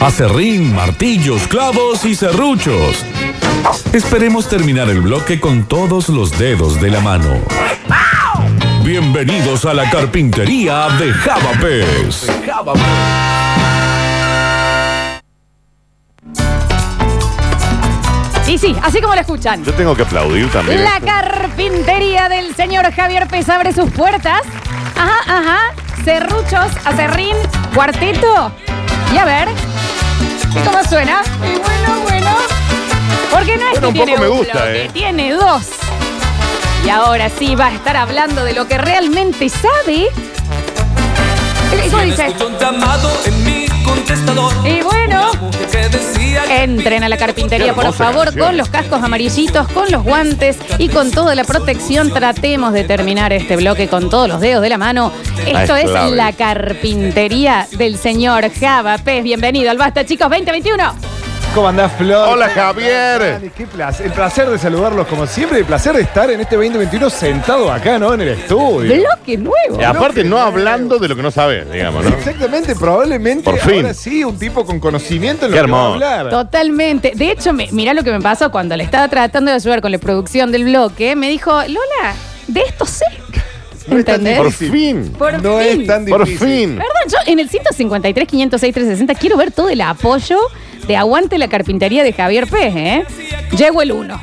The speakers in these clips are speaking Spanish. Acerrín, martillos, clavos y serruchos. Esperemos terminar el bloque con todos los dedos de la mano. Bienvenidos a la carpintería de Javapés. Y sí, así como lo escuchan. Yo tengo que aplaudir también. La esto. carpintería del señor Javier Pez abre sus puertas. Ajá, ajá. Cerruchos, acerrín, cuarteto. Y a ver, ¿cómo suena? Y bueno, bueno. Porque no es Bueno, que un tiene poco me un gusta, bloque, eh. tiene dos. Y ahora sí va a estar hablando de lo que realmente sabe. ¿Y ¿Cómo dice? Escucho un llamado en mi contestador. Y bueno. Una mujer que decía que Eh. Entren a la carpintería, Qué por hermosa favor, canción. con los cascos amarillitos, con los guantes y con toda la protección. Tratemos de terminar este bloque con todos los dedos de la mano. Esto Ah, es es clave. la carpintería del señor Java Pez. Bienvenido al Basta, chicos, 2021. ¿Cómo andás, Flor? Hola Javier. Dani, Qué placer, el placer de saludarlos como siempre, el placer de estar en este 2021 sentado acá, ¿no? En el estudio. Bloque nuevo. Y aparte no hablando de lo que no sabes, digamos, ¿no? Exactamente, probablemente Por fin. ahora sí un tipo con conocimiento en lo Qué que va a hermoso. hablar. Totalmente. De hecho, me- mirá lo que me pasó cuando le estaba tratando de ayudar con la producción del bloque. Me dijo, Lola, de esto sé. No es tan ¿Entendés? Por Sí. fin. Por no fin. es tan Por difícil. fin. Perdón, yo en el 153, 506, 360 quiero ver todo el apoyo de Aguante la Carpintería de Javier Pérez, ¿eh? Llego el 1.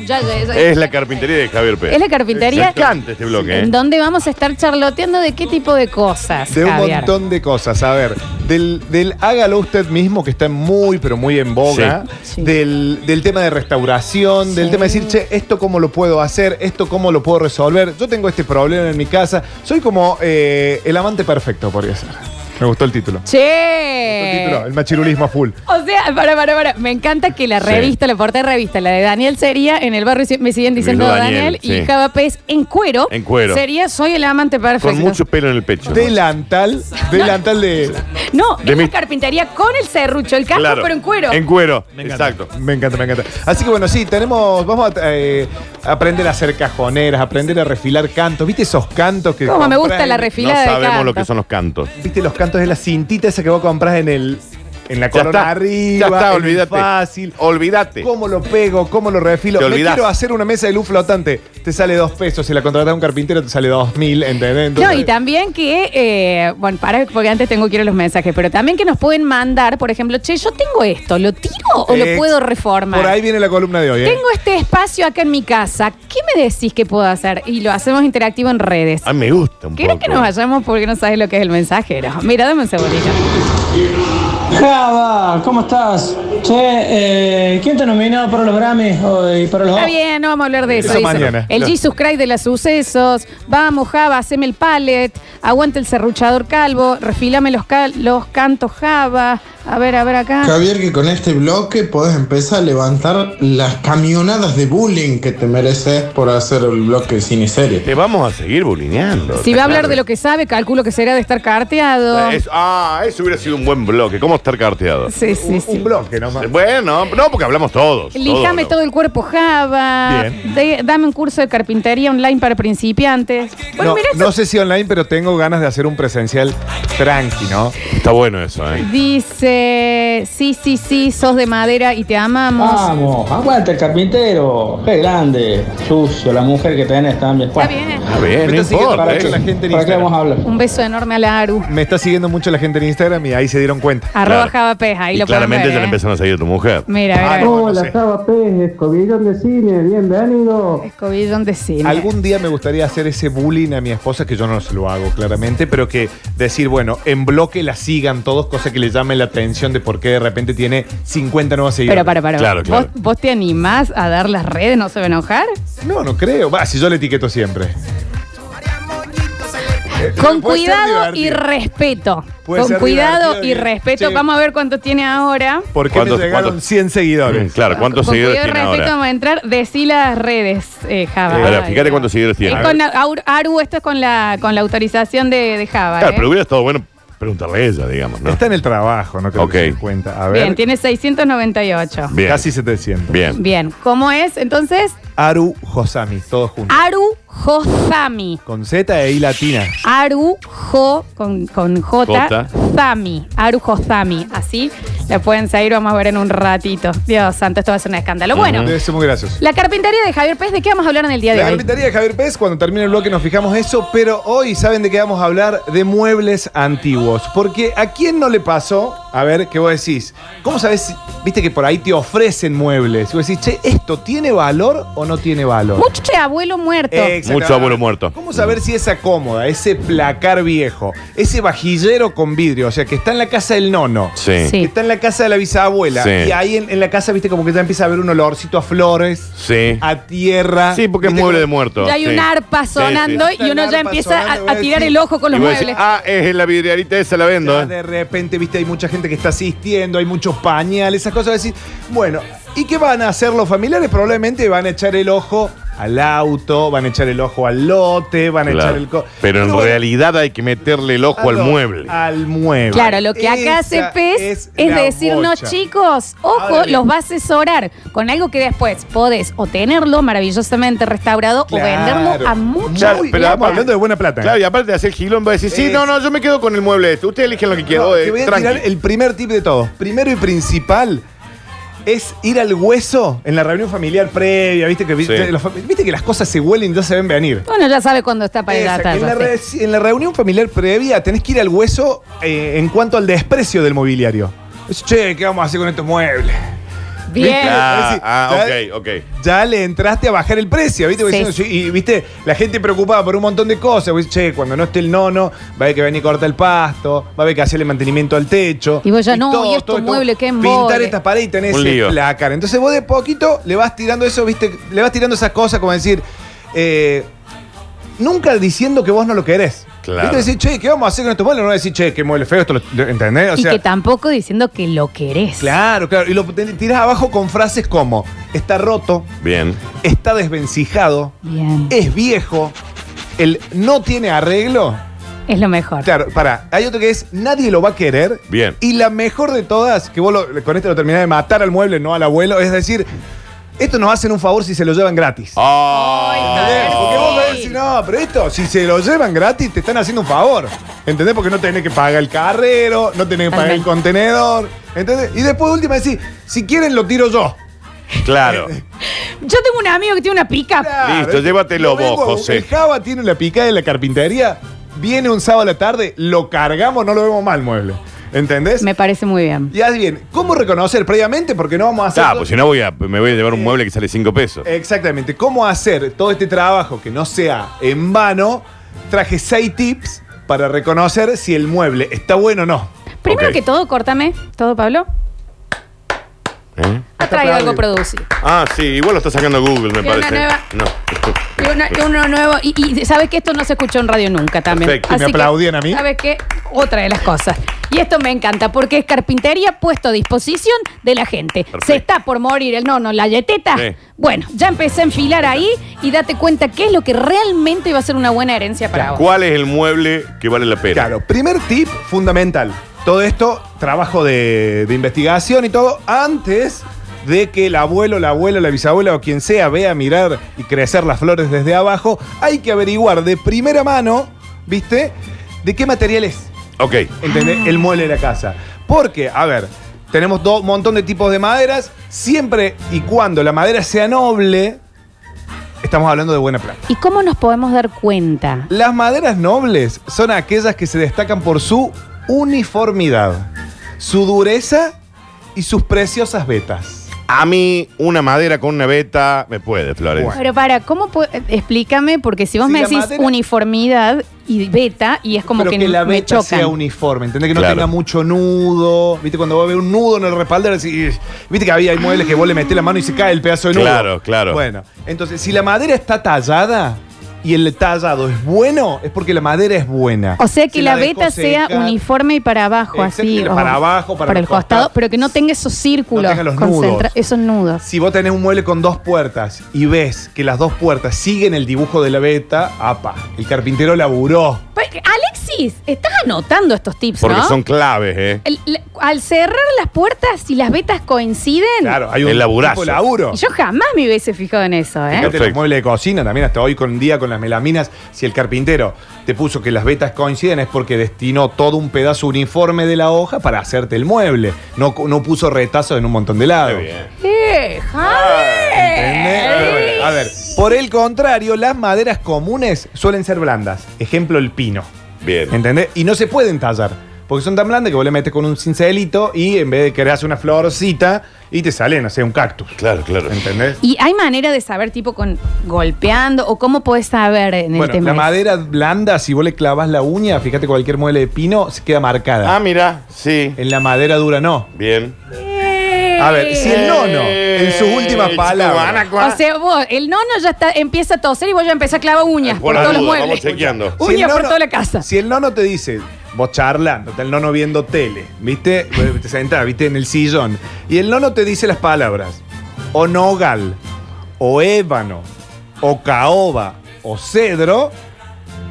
Es la carpintería de Javier Pérez. Es la carpintería. Me encanta este bloque, ¿eh? En donde vamos a estar charloteando de qué tipo de cosas, De un Javier. montón de cosas. A ver, del, del hágalo usted mismo, que está muy, pero muy en boga. Sí. Sí. Del, del tema de restauración, del Sí. tema de decir, che, esto cómo lo puedo hacer, esto cómo lo puedo resolver. Yo tengo este problema en mi casa. Soy como eh, el amante perfecto, podría ser. Me gustó el título. El Che. título, ¿eh? el machirulismo a full. O sea, para, para, para. Me encanta que la Sí. revista, la portada de revista, la de Daniel sería en el barrio, si- me siguen diciendo Vino Daniel, Daniel, y sí. Java Pérez en cuero. En cuero. Sería Soy el amante perfecto. Con mucho pelo en el pecho. Delantal, delantal de. No, De es mi- la carpintería con el serrucho, el casco, Claro. pero en cuero. En cuero. Exacto. Me encanta, me encanta. Así que bueno, sí, tenemos. Vamos a eh, aprender a hacer cajoneras, aprender a refilar cantos. ¿Viste esos cantos que. Como me gusta compras la en- No refilada de sabemos lo cartas. que son los cantos. ¿Viste los cantos de la cintita esa que vos comprás en el. En la Ya corona está. arriba. ya en está, el olvídate. Fácil. Olvídate. ¿Cómo lo pego? ¿Cómo lo refilo? Te Me olvidás. quiero hacer una mesa de luz flotante. Te sale dos pesos. Si la contratás a un carpintero, te sale dos mil, ¿entendés? No, Entonces- y también que, eh, bueno, para, porque antes tengo que ir a los mensajes, pero también que nos pueden mandar, por ejemplo, che, yo tengo esto, ¿lo tiro o lo Ex- puedo reformar? eh, Por ahí viene la columna de hoy. ¿eh? Tengo este espacio acá en mi casa, ¿qué me decís que puedo hacer? Y lo hacemos interactivo en redes. Ah, A mí me gusta un Quiero poco. que nos vayamos porque no sabes lo que es el mensajero. Mira, dame un segundito. Java, ¿cómo estás? Che, eh, ¿quién te nominado para los Grammys hoy? Para los Está bien, no vamos a hablar de eso. Eso dice. mañana. El Claro. Jesus Christ de los sucesos. Vamos, Java, haceme el palet. Aguanta el serruchador calvo. Refilame los, cal- los cantos, Java. A ver, a ver acá. Javier, que con este bloque podés empezar a levantar las camionadas de bullying que te mereces por hacer el bloque de cine y serie. Te vamos a seguir bulineando. Si va a hablar de lo que sabe, calculo que será de estar carteado. Es- ah, eso hubiera sido un buen bloque. ¿Cómo estar carteado? Sí, sí, un, sí. un bloque nomás. Bueno, eh, no, porque hablamos todos. Lijame todo todos, el cuerpo Java. Bien. De- dame un curso de carpintería online para principiantes. Bueno, no, mira no sé si online, pero tengo ganas de hacer un presencial tranqui, ¿no? ¿no? Está bueno eso, ¿eh? Dice, sí, sí, sí, sos de madera y te amamos. Vamos, aguanta el carpintero. Qué grande, sucio, la mujer que tenés también. Está Bueno, bien. Está bien, Me no está siguiendo importa. ¿Para, Por qué, eso la ¿eh? gente en ¿Para qué Instagram. vamos a hablar? Un beso enorme a la Aru. Me está siguiendo mucho la gente en Instagram y ahí se dieron cuenta. Arroba Claro. Java Pez, ahí Y lo pueden claramente ver, ya le ¿eh? empezaron a seguir a tu mujer. Mira, mira, Ah, mira. no, no Hola, sé. Java Pérez, comillón de cine, bienvenido. Escobillón de cine. Algún día me gustaría hacer ese bullying a mi esposa, que yo no se lo hago claramente, pero que decir, bueno, en bloque la sigan todos, cosa que le llame la atención de por qué de repente tiene 50 nuevos seguidores. Pero para, para. Claro, ¿Vos, claro. ¿Vos te animás a dar las redes? ¿No se va a enojar? No, no creo. Va, si yo le etiqueto siempre. Eh, Con puede ser cuidado y divertido. respeto. Puede Con ser cuidado divertido y que- respeto. Sí. Vamos a ver cuánto tiene ahora. ¿Por qué me ¿Cuántos- llegaron cuántos? 100 seguidores? Claro, ¿cuántos Con seguidores cuidado y tiene respeto ahora? vamos a entrar. Decí las redes, eh, Java. Eh, pará, Ay, fíjate no. cuántos seguidores tiene. Es con la- Aru- Aru, esto es con la, con la autorización de, de Java. Claro, ¿eh? pero hubiera estado bueno preguntarle a ella, digamos, ¿no? Está en el trabajo, no creo Ok. que se den cuenta. A ver, Bien, tiene 698. Bien. casi 700. Bien. Bien, ¿cómo es? Entonces, Aru Josami, todos juntos. Aru Josami. Con Z e I latina. Arujo con, con J, Jota. Zami, Arujo Zami, así. La pueden seguir, vamos a ver en un ratito. Dios santo, esto va a ser un escándalo. Bueno, Debe ser muy gracioso. la carpintería de Javier Pérez, ¿de qué vamos a hablar en el día de La hoy? carpintería de Javier Pérez, cuando termine el bloque nos fijamos eso, pero hoy saben de qué vamos a hablar, de muebles antiguos. Porque ¿a quién no le pasó? A ver, ¿qué vos decís? ¿Cómo sabes? si- Viste que por ahí te ofrecen muebles. Y vos decís, che, ¿esto tiene valor o no tiene valor? Mucho che, abuelo muerto. Exactamente. Mucho abuelo muerto. ¿Cómo saber si esa cómoda, ese placar viejo, ese vajillero con vidrio, o sea, que está en la casa del nono, Sí. Sí. Sí. que está en la casa de la bisabuela, Sí. y ahí en, en la casa, viste, como que ya empieza a haber un olorcito a flores, Sí, a tierra. porque es Viste, mueble de como- muerto. Ya hay un arpa sonando sí. y uno Está ya el arpa empieza a- sonando, a, voy a tirar el decir- ojo con los Y vos decís, muebles. ah, es la vidriarita esa, la vendo. Ya ¿eh? De repente, viste, hay mucha gente que está asistiendo, hay muchos pañales, esas cosas. Decir, bueno, ¿y qué van a hacer los familiares? Probablemente van a echar el ojo al auto, van a echar el ojo al lote, van a Claro. echar el. co- Ah, Pero en bueno, realidad hay que meterle el ojo al al- mueble. Al mueble. Claro, lo que acá hace Esa PES es, la decirnos, bocha. chicos, ojo, Ahora bien. los va a asesorar con algo que después podés o tenerlo maravillosamente restaurado Claro. o venderlo a mucha Claro, Muy pero bien, aparte- hablando de buena plata. ¿eh? Claro, y aparte de hacer gilón, va a decir, sí, Es- no, no, yo me quedo con el mueble este. Ustedes eligen lo que quieran. No, eh, te voy a tranqui. tirar el primer tip de todo. Primero y principal es ir al hueso en la reunión familiar previa, viste que, viste, Sí. los fam- viste que las cosas se huelen y ya se ven venir. Bueno, ya sabe cuándo está para ir a la Exacto. En, la talla, sí. re- en la reunión familiar previa tenés que ir al hueso eh, en cuanto al desprecio del mobiliario. Es, Che, ¿qué vamos a hacer con estos muebles? Bien. Ah, Sí, ah, ya- ok, ok. Ya le entraste a bajar el precio, ¿viste? Porque Sí. diciendo, sí, y viste, la gente preocupada por un montón de cosas. Pues, che, cuando no esté el nono, va a haber que venir y cortar el pasto, va a haber que hacerle mantenimiento al techo. Y vos ya, no, y estos muebles, qué Pintar embole. estas paredes y tenés Un ese lío. placar. Entonces vos de poquito le vas tirando eso, viste, le vas tirando esas cosas, como decir, eh, nunca diciendo que vos no lo querés. Claro. Viste, decir, che, ¿qué vamos a hacer con estos muebles? No vas a decir, che, qué mueble feo, esto lo- ¿entendés? O y que tampoco diciendo que lo querés. Claro, claro. Y lo ten- tirás abajo con frases como: está roto, Bien. está desvencijado, Bien. es viejo, el no tiene arreglo. Es lo mejor. Claro, para. Hay otro que es: nadie lo va a querer. Bien. Y la mejor de todas, que vos lo- con esto lo terminás de matar al mueble, no al abuelo, es decir, esto nos hacen un favor si se lo llevan gratis. Ah, ¿Entendés? Porque vos vas a decir, no, pero esto, si se lo llevan gratis, te están haciendo un favor. ¿Entendés? Porque no tenés que pagar el carrero, no tenés que pagar el Totalmente. contenedor. ¿Entendés? Y después, última, decís, si quieren, lo tiro yo. claro. Yo tengo un amigo que tiene una pica. Listo, llévatelo Lo vengo vos, a- José. El Java tiene la picada de la carpintería, viene un sábado a la tarde, lo cargamos, no lo vemos mal mueble. ¿Entendés? Me parece muy bien. Y haz bien, ¿cómo reconocer previamente? Porque no vamos a hacer. Ah, pues si no voy a, me voy a llevar un mueble que sale 5 pesos. ¿eh? Exactamente. ¿Cómo hacer todo este trabajo que no sea en vano? Traje seis tips para reconocer si el mueble está bueno o no. Primero Ok. que todo, córtame. Todo, Pablo. ¿Eh? Ha traído algo producido. Ah, sí, igual lo está sacando Google, me Quiero una parece. nueva. No. Y, una- y uno nuevo. Y, y sabes que esto no se escuchó en radio nunca también. Perfecto. ¿Y me Así que, aplaudían a mí? ¿Sabes qué? Otra de las cosas. Y esto me encanta porque es carpintería puesto a disposición de la gente. Perfecto. Se está por morir el no, no, la yeteta. Sí. Bueno, ya empecé a enfilar ahí y date cuenta qué es lo que realmente va a ser una buena herencia para vos. ¿Cuál es el mueble que vale la pena? Claro, primer tip fundamental. Todo esto, trabajo de, de investigación y todo, antes de que el abuelo, la abuela, la bisabuela o quien sea vea mirar y crecer las flores desde abajo, hay que averiguar de primera mano, ¿viste? ¿De qué material es? Ok. ¿entendés? El mueble de la casa. Porque, a ver, tenemos un montón de tipos de maderas. Siempre y cuando la madera sea noble, estamos hablando de buena plata. ¿Y cómo nos podemos dar cuenta? Las maderas nobles son aquellas que se destacan por su uniformidad, su dureza y sus preciosas vetas. A mí, una madera con una veta me puede, Flores. Bueno. Pero para, ¿cómo pu- explícame? Porque si vos Si me la decís madera- uniformidad y beta, y es como Pero que, que, la me veta sea chocan. uniforme, ¿entendés? Que no Claro. tenga mucho nudo. ¿Viste? Cuando va a haber un nudo en el respaldo, decís, viste que había, hay muebles que vos le metés la mano y se cae el pedazo de nudo. Claro, claro. Bueno, entonces, si la madera está tallada y el tallado es bueno, es porque la madera es buena. O sea que Si la, dejó beta sea seca, uniforme y para abajo, Exacto, así. para o abajo, para el los costado, costados. pero que no tenga esos círculos. No tenga los nudos. Esos nudos. Si vos tenés un mueble con dos puertas y ves que las dos puertas siguen el dibujo de la beta, apa, el carpintero laburó. Pero, Pues, Alexis, Luis, estás anotando estos tips, Porque ¿no? son claves, ¿eh? El- la- al cerrar las puertas, si las vetas coinciden, Claro, hay El un laburazo. tipo de laburo. y yo ¿eh? jamás me hubiese fijado en eso, ¿eh? Fíjate los Perfecto. muebles de cocina también hasta hoy con día con las melaminas. Si el carpintero te puso que las vetas coinciden es porque destinó todo un pedazo uniforme de la hoja para hacerte el mueble. No, no puso retazos en un montón de lados. Muy bien. ¡Eh, ¿Entendés? Eh. Javi! Eh, A ver, por el contrario, las maderas comunes suelen ser blandas. Ejemplo, el pino. Bien. ¿Entendés? Y no se pueden tallar. Porque son tan blandas que vos le metes con un cincelito y en vez de que hacer una florcita y te sale, no sé, un cactus. Claro, claro. ¿Entendés? ¿Y hay manera de saber, tipo, con golpeando o cómo podés saber en el Bueno, tema? la ese? madera blanda, si vos le clavas la uña, fíjate cualquier mueble de pino, se queda marcada. Ah, mira, sí. en la madera dura no. Bien. A ver, si el nono, en sus últimas Eh, palabras. Eh, Chico, O Ana, sea, vos, el nono ya está, empieza a toser y vos ya empezás a clavar uñas por, Por la todos los duda, muebles. vamos chequeando. Uñas el por nono- toda la casa. Si el nono te dice, vos charlando, está el nono viendo tele, ¿viste? Te sentás, ¿viste? En el sillón. Y el nono te dice las palabras: o nogal, o ébano, o caoba, o cedro.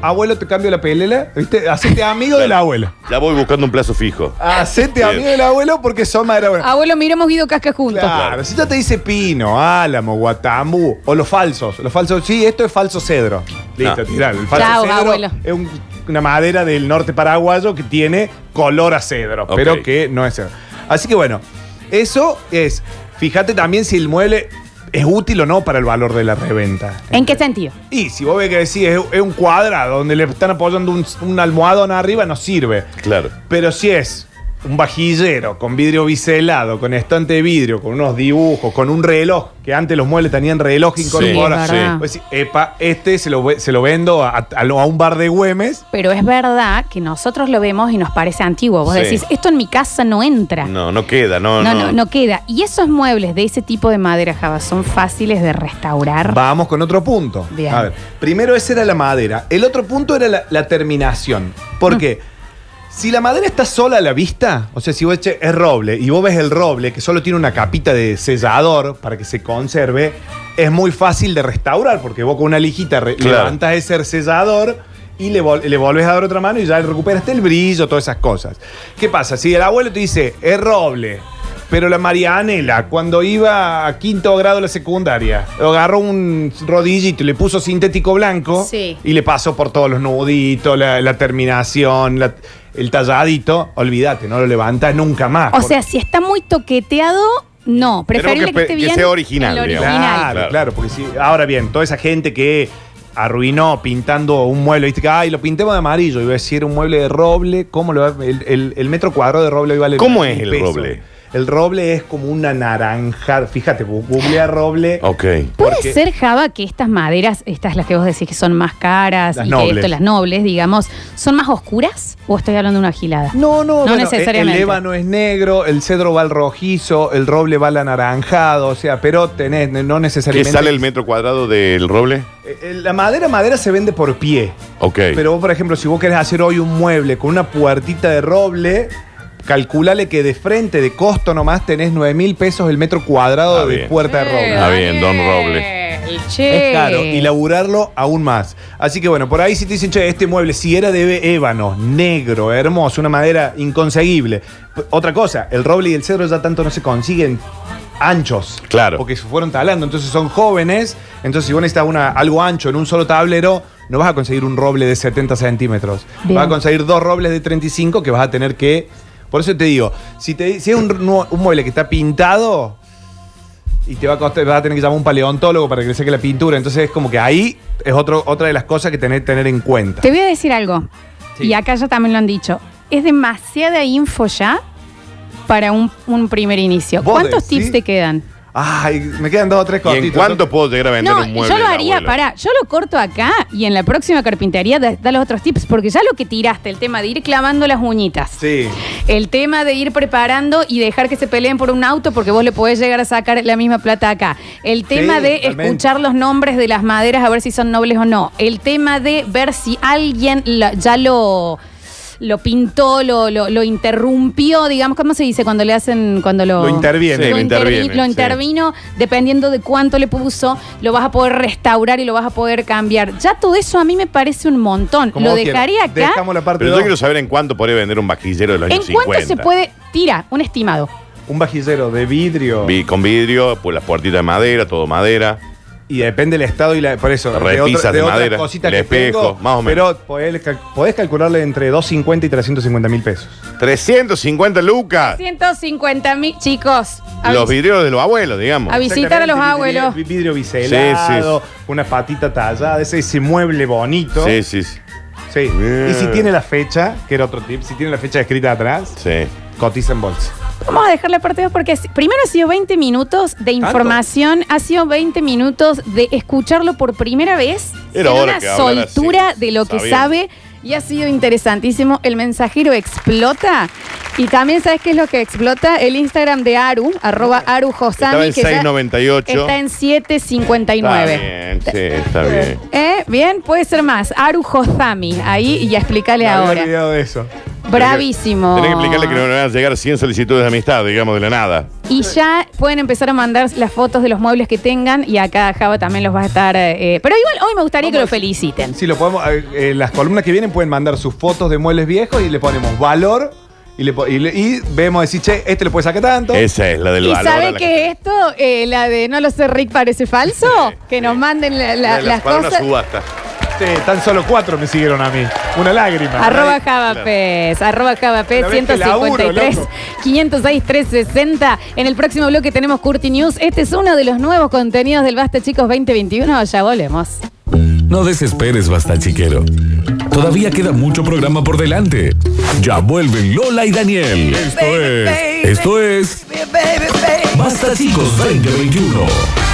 Abuelo, te cambio la pelela, ¿viste? Hacete amigo del abuelo. Ya voy buscando un plazo fijo. Hacete Bien. amigo del abuelo porque son madera buena. Abuelo, miremos Guido Casca juntos. Claro, si ya te dice pino, álamo, guatambú, o los falsos. Los falsos, sí, esto es falso cedro. Listo, Ah. tiralo. El falso Chao, cedro abuelo. es un- una madera del norte paraguayo que tiene color a cedro, Ok. pero que no es cedro. Así que bueno, eso es. Fíjate también si el mueble es útil o no para el valor de la reventa. ¿En qué sentido? Y si vos ves que decís, es, es un cuadrado donde le están apoyando un, un almohadón arriba, no sirve. Claro. Pero si es un vajillero con vidrio biselado, con estante de vidrio, con unos dibujos, con un reloj, que antes los muebles tenían reloj Sí, incorporado. es verdad. Pues sí, epa, este se lo, ve- se lo vendo a, a lo- a un bar de Güemes. Pero es verdad que nosotros lo vemos y nos parece antiguo. Vos Sí. decís, esto en mi casa no entra. No, no queda, no, no, no. no, no queda. Y esos muebles de ese tipo de madera, Java, son fáciles de restaurar. Vamos con otro punto. Bien. A ver, primero esa era la madera. El otro punto era la, la terminación. Mm. Porque si la madera está sola a la vista, o sea, si vos che, es roble y vos ves el roble que solo tiene una capita de sellador para que se conserve, es muy fácil de restaurar porque vos con una lijita re- Claro. levantás ese sellador y le, vol- le volvés a dar otra mano y ya recuperaste el brillo, todas esas cosas. ¿Qué pasa? Si el abuelo te dice, es roble. Pero la Marianela, cuando iba a quinto grado de la secundaria, agarró un rodillito y le puso sintético blanco Sí. y le pasó por todos los nuditos, la, la terminación, la- el talladito. Olvídate, no lo levantas nunca más. o Por- sea, si está muy toqueteado, no. Preferible que, que pe- esté que bien. sea original, el digamos. claro, original. claro, claro, porque si, ahora bien, toda esa gente que arruinó pintando un mueble, viste que, ay, lo pintemos de amarillo, iba a decir un mueble de roble, ¿cómo lo va- el, el- el metro cuadrado de roble vale ¿Cómo mil es el pesos? roble? El roble es como una naranja, fíjate, bu- googlea roble. Ok. Puede Porque- ser, Java, que estas maderas, estas las que vos decís que son más caras, Las y nobles. que esto, las nobles, digamos, ¿son más oscuras? ¿O estoy hablando de una gilada? No, no, No bueno, necesariamente. El ébano es negro, el cedro va al rojizo, el roble va al anaranjado, o sea, pero tenés, no ¿Qué necesariamente. sale el metro cuadrado del roble? Eh, eh, La madera, madera se vende por pie. Ok. Pero vos, por ejemplo, si vos querés hacer hoy un mueble con una puertita de roble, calculale que de frente, de costo nomás, tenés 9 mil pesos el metro cuadrado Ah, de bien. puerta de roble. Está bien, Don Roble. Robles. Es caro. Y laburarlo aún más. Así que bueno, por ahí si te dicen, che, este mueble si era de ébano, negro, hermoso, una madera inconseguible. P- Otra cosa, el roble y el cedro ya tanto no se consiguen anchos. Claro. Porque se fueron talando. Entonces son jóvenes. Entonces, si vos necesitas una, algo ancho en un solo tablero, no vas a conseguir un roble de 70 centímetros. Bien. Vas a conseguir dos robles de 35 que vas a tener que. Por eso te digo, si, te, si es un, un mueble que está pintado, y te va a costar, vas a tener que llamar a un paleontólogo para que le saque la pintura. Entonces es como que ahí es otro, otra de las cosas que tenés que tener en cuenta. Te voy a decir algo. Y acá ya también lo han dicho. Es demasiada info ya para un, un primer inicio. ¿Vos ¿Cuántos decís? tips te quedan? Ay, me quedan dos o tres ¿Y cortitos. en cuánto puedo llegar a vender No, un mueble? yo lo del haría, abuelo? pará, yo lo corto acá y en la próxima carpintería da, da los otros tips, porque ya lo que tiraste, el tema de ir clavando las uñitas, Sí. el tema de ir preparando y dejar que se peleen por un auto porque vos le podés llegar a sacar la misma plata acá, el tema de totalmente. escuchar los nombres de las maderas a ver si son nobles o no, el tema de ver si alguien la- ya lo... lo pintó, lo, lo, lo interrumpió, digamos, ¿cómo se dice cuando le hacen, cuando lo... Lo interviene. Sí, lo, lo intervi- interviene, lo sí. intervino, dependiendo de cuánto le puso, lo vas a poder restaurar y lo vas a poder cambiar. Ya todo eso a mí me parece un montón. Como lo vos quieras. dejaría acá. Dejamos la parte Pero yo dos. quiero saber en cuánto podría vender un vajillero de los ¿En años cuánto 50. se puede? Tira, un estimado. Un vajillero de vidrio. Vi- Con vidrio, pues las puertitas de madera, todo madera. Y depende del estado y la. Por eso. Repisas de otras madera, cositas el que espejo, tengo, más o menos. Pero podés, cal- podés calcularle entre 250 y 350 mil pesos. 350 lucas. 150 mil chicos. A, Los vis- vidrieros de los abuelos, digamos. a visitar a los Exactamente, abuelos. vidrio- Vidrio biselado, Sí, una patita tallada, ese, ese mueble bonito. Sí, sí, sí. Sí. Bien. Y si tiene la fecha, que era otro tip, si tiene la fecha escrita atrás, Sí. cotiza en bolsa. Vamos a dejar la parte 2 porque es- primero ha sido 20 minutos de información, ha sido 20 minutos de escucharlo por primera vez. Era sin hora una que hablara, soltura sí, de lo que sabiendo. sabe y ha sido interesantísimo. El mensajero explota. Y también, ¿sabes qué es lo que explota? El Instagram de Aru, arroba Aru Estaba Josami, en que ya 698. está en 759. Está bien, sí, está bien. ¿Eh? Bien, puede ser más. Aru Josami, ahí y explícale Me había ahora. olvidado de eso. Bravísimo. Tenés que explicarle que no van a llegar 100 solicitudes de amistad, digamos, de la nada. Y ya pueden empezar a mandar las fotos de los muebles que tengan y acá Java también los va a estar. eh, pero igual hoy me gustaría que lo feliciten. Si lo podemos, eh, eh, las columnas que vienen pueden mandar sus fotos de muebles viejos y le ponemos valor y, le, po- y, le- y vemos decir, che, este le puede sacar tanto. Esa es la del ¿Y valor. a sabe la qué es esto? Eh, la de no lo sé, Rick parece falso. Sí, que sí. nos manden la- la- La de las para una cosas. subasta. Che, Este, tan solo cuatro me siguieron a mí. Una lágrima. Arroba Javapes, arroba Javapes, La vez que laburo, 153, loco. 506, 360. En el próximo bloque tenemos Curti News. Este es uno de los nuevos contenidos del Basta Chicos 2021. Ya volvemos. No desesperes, basta chiquero. Todavía queda mucho programa por delante. Ya vuelven Lola y Daniel. Esto es. Esto es. Basta chicos 2021.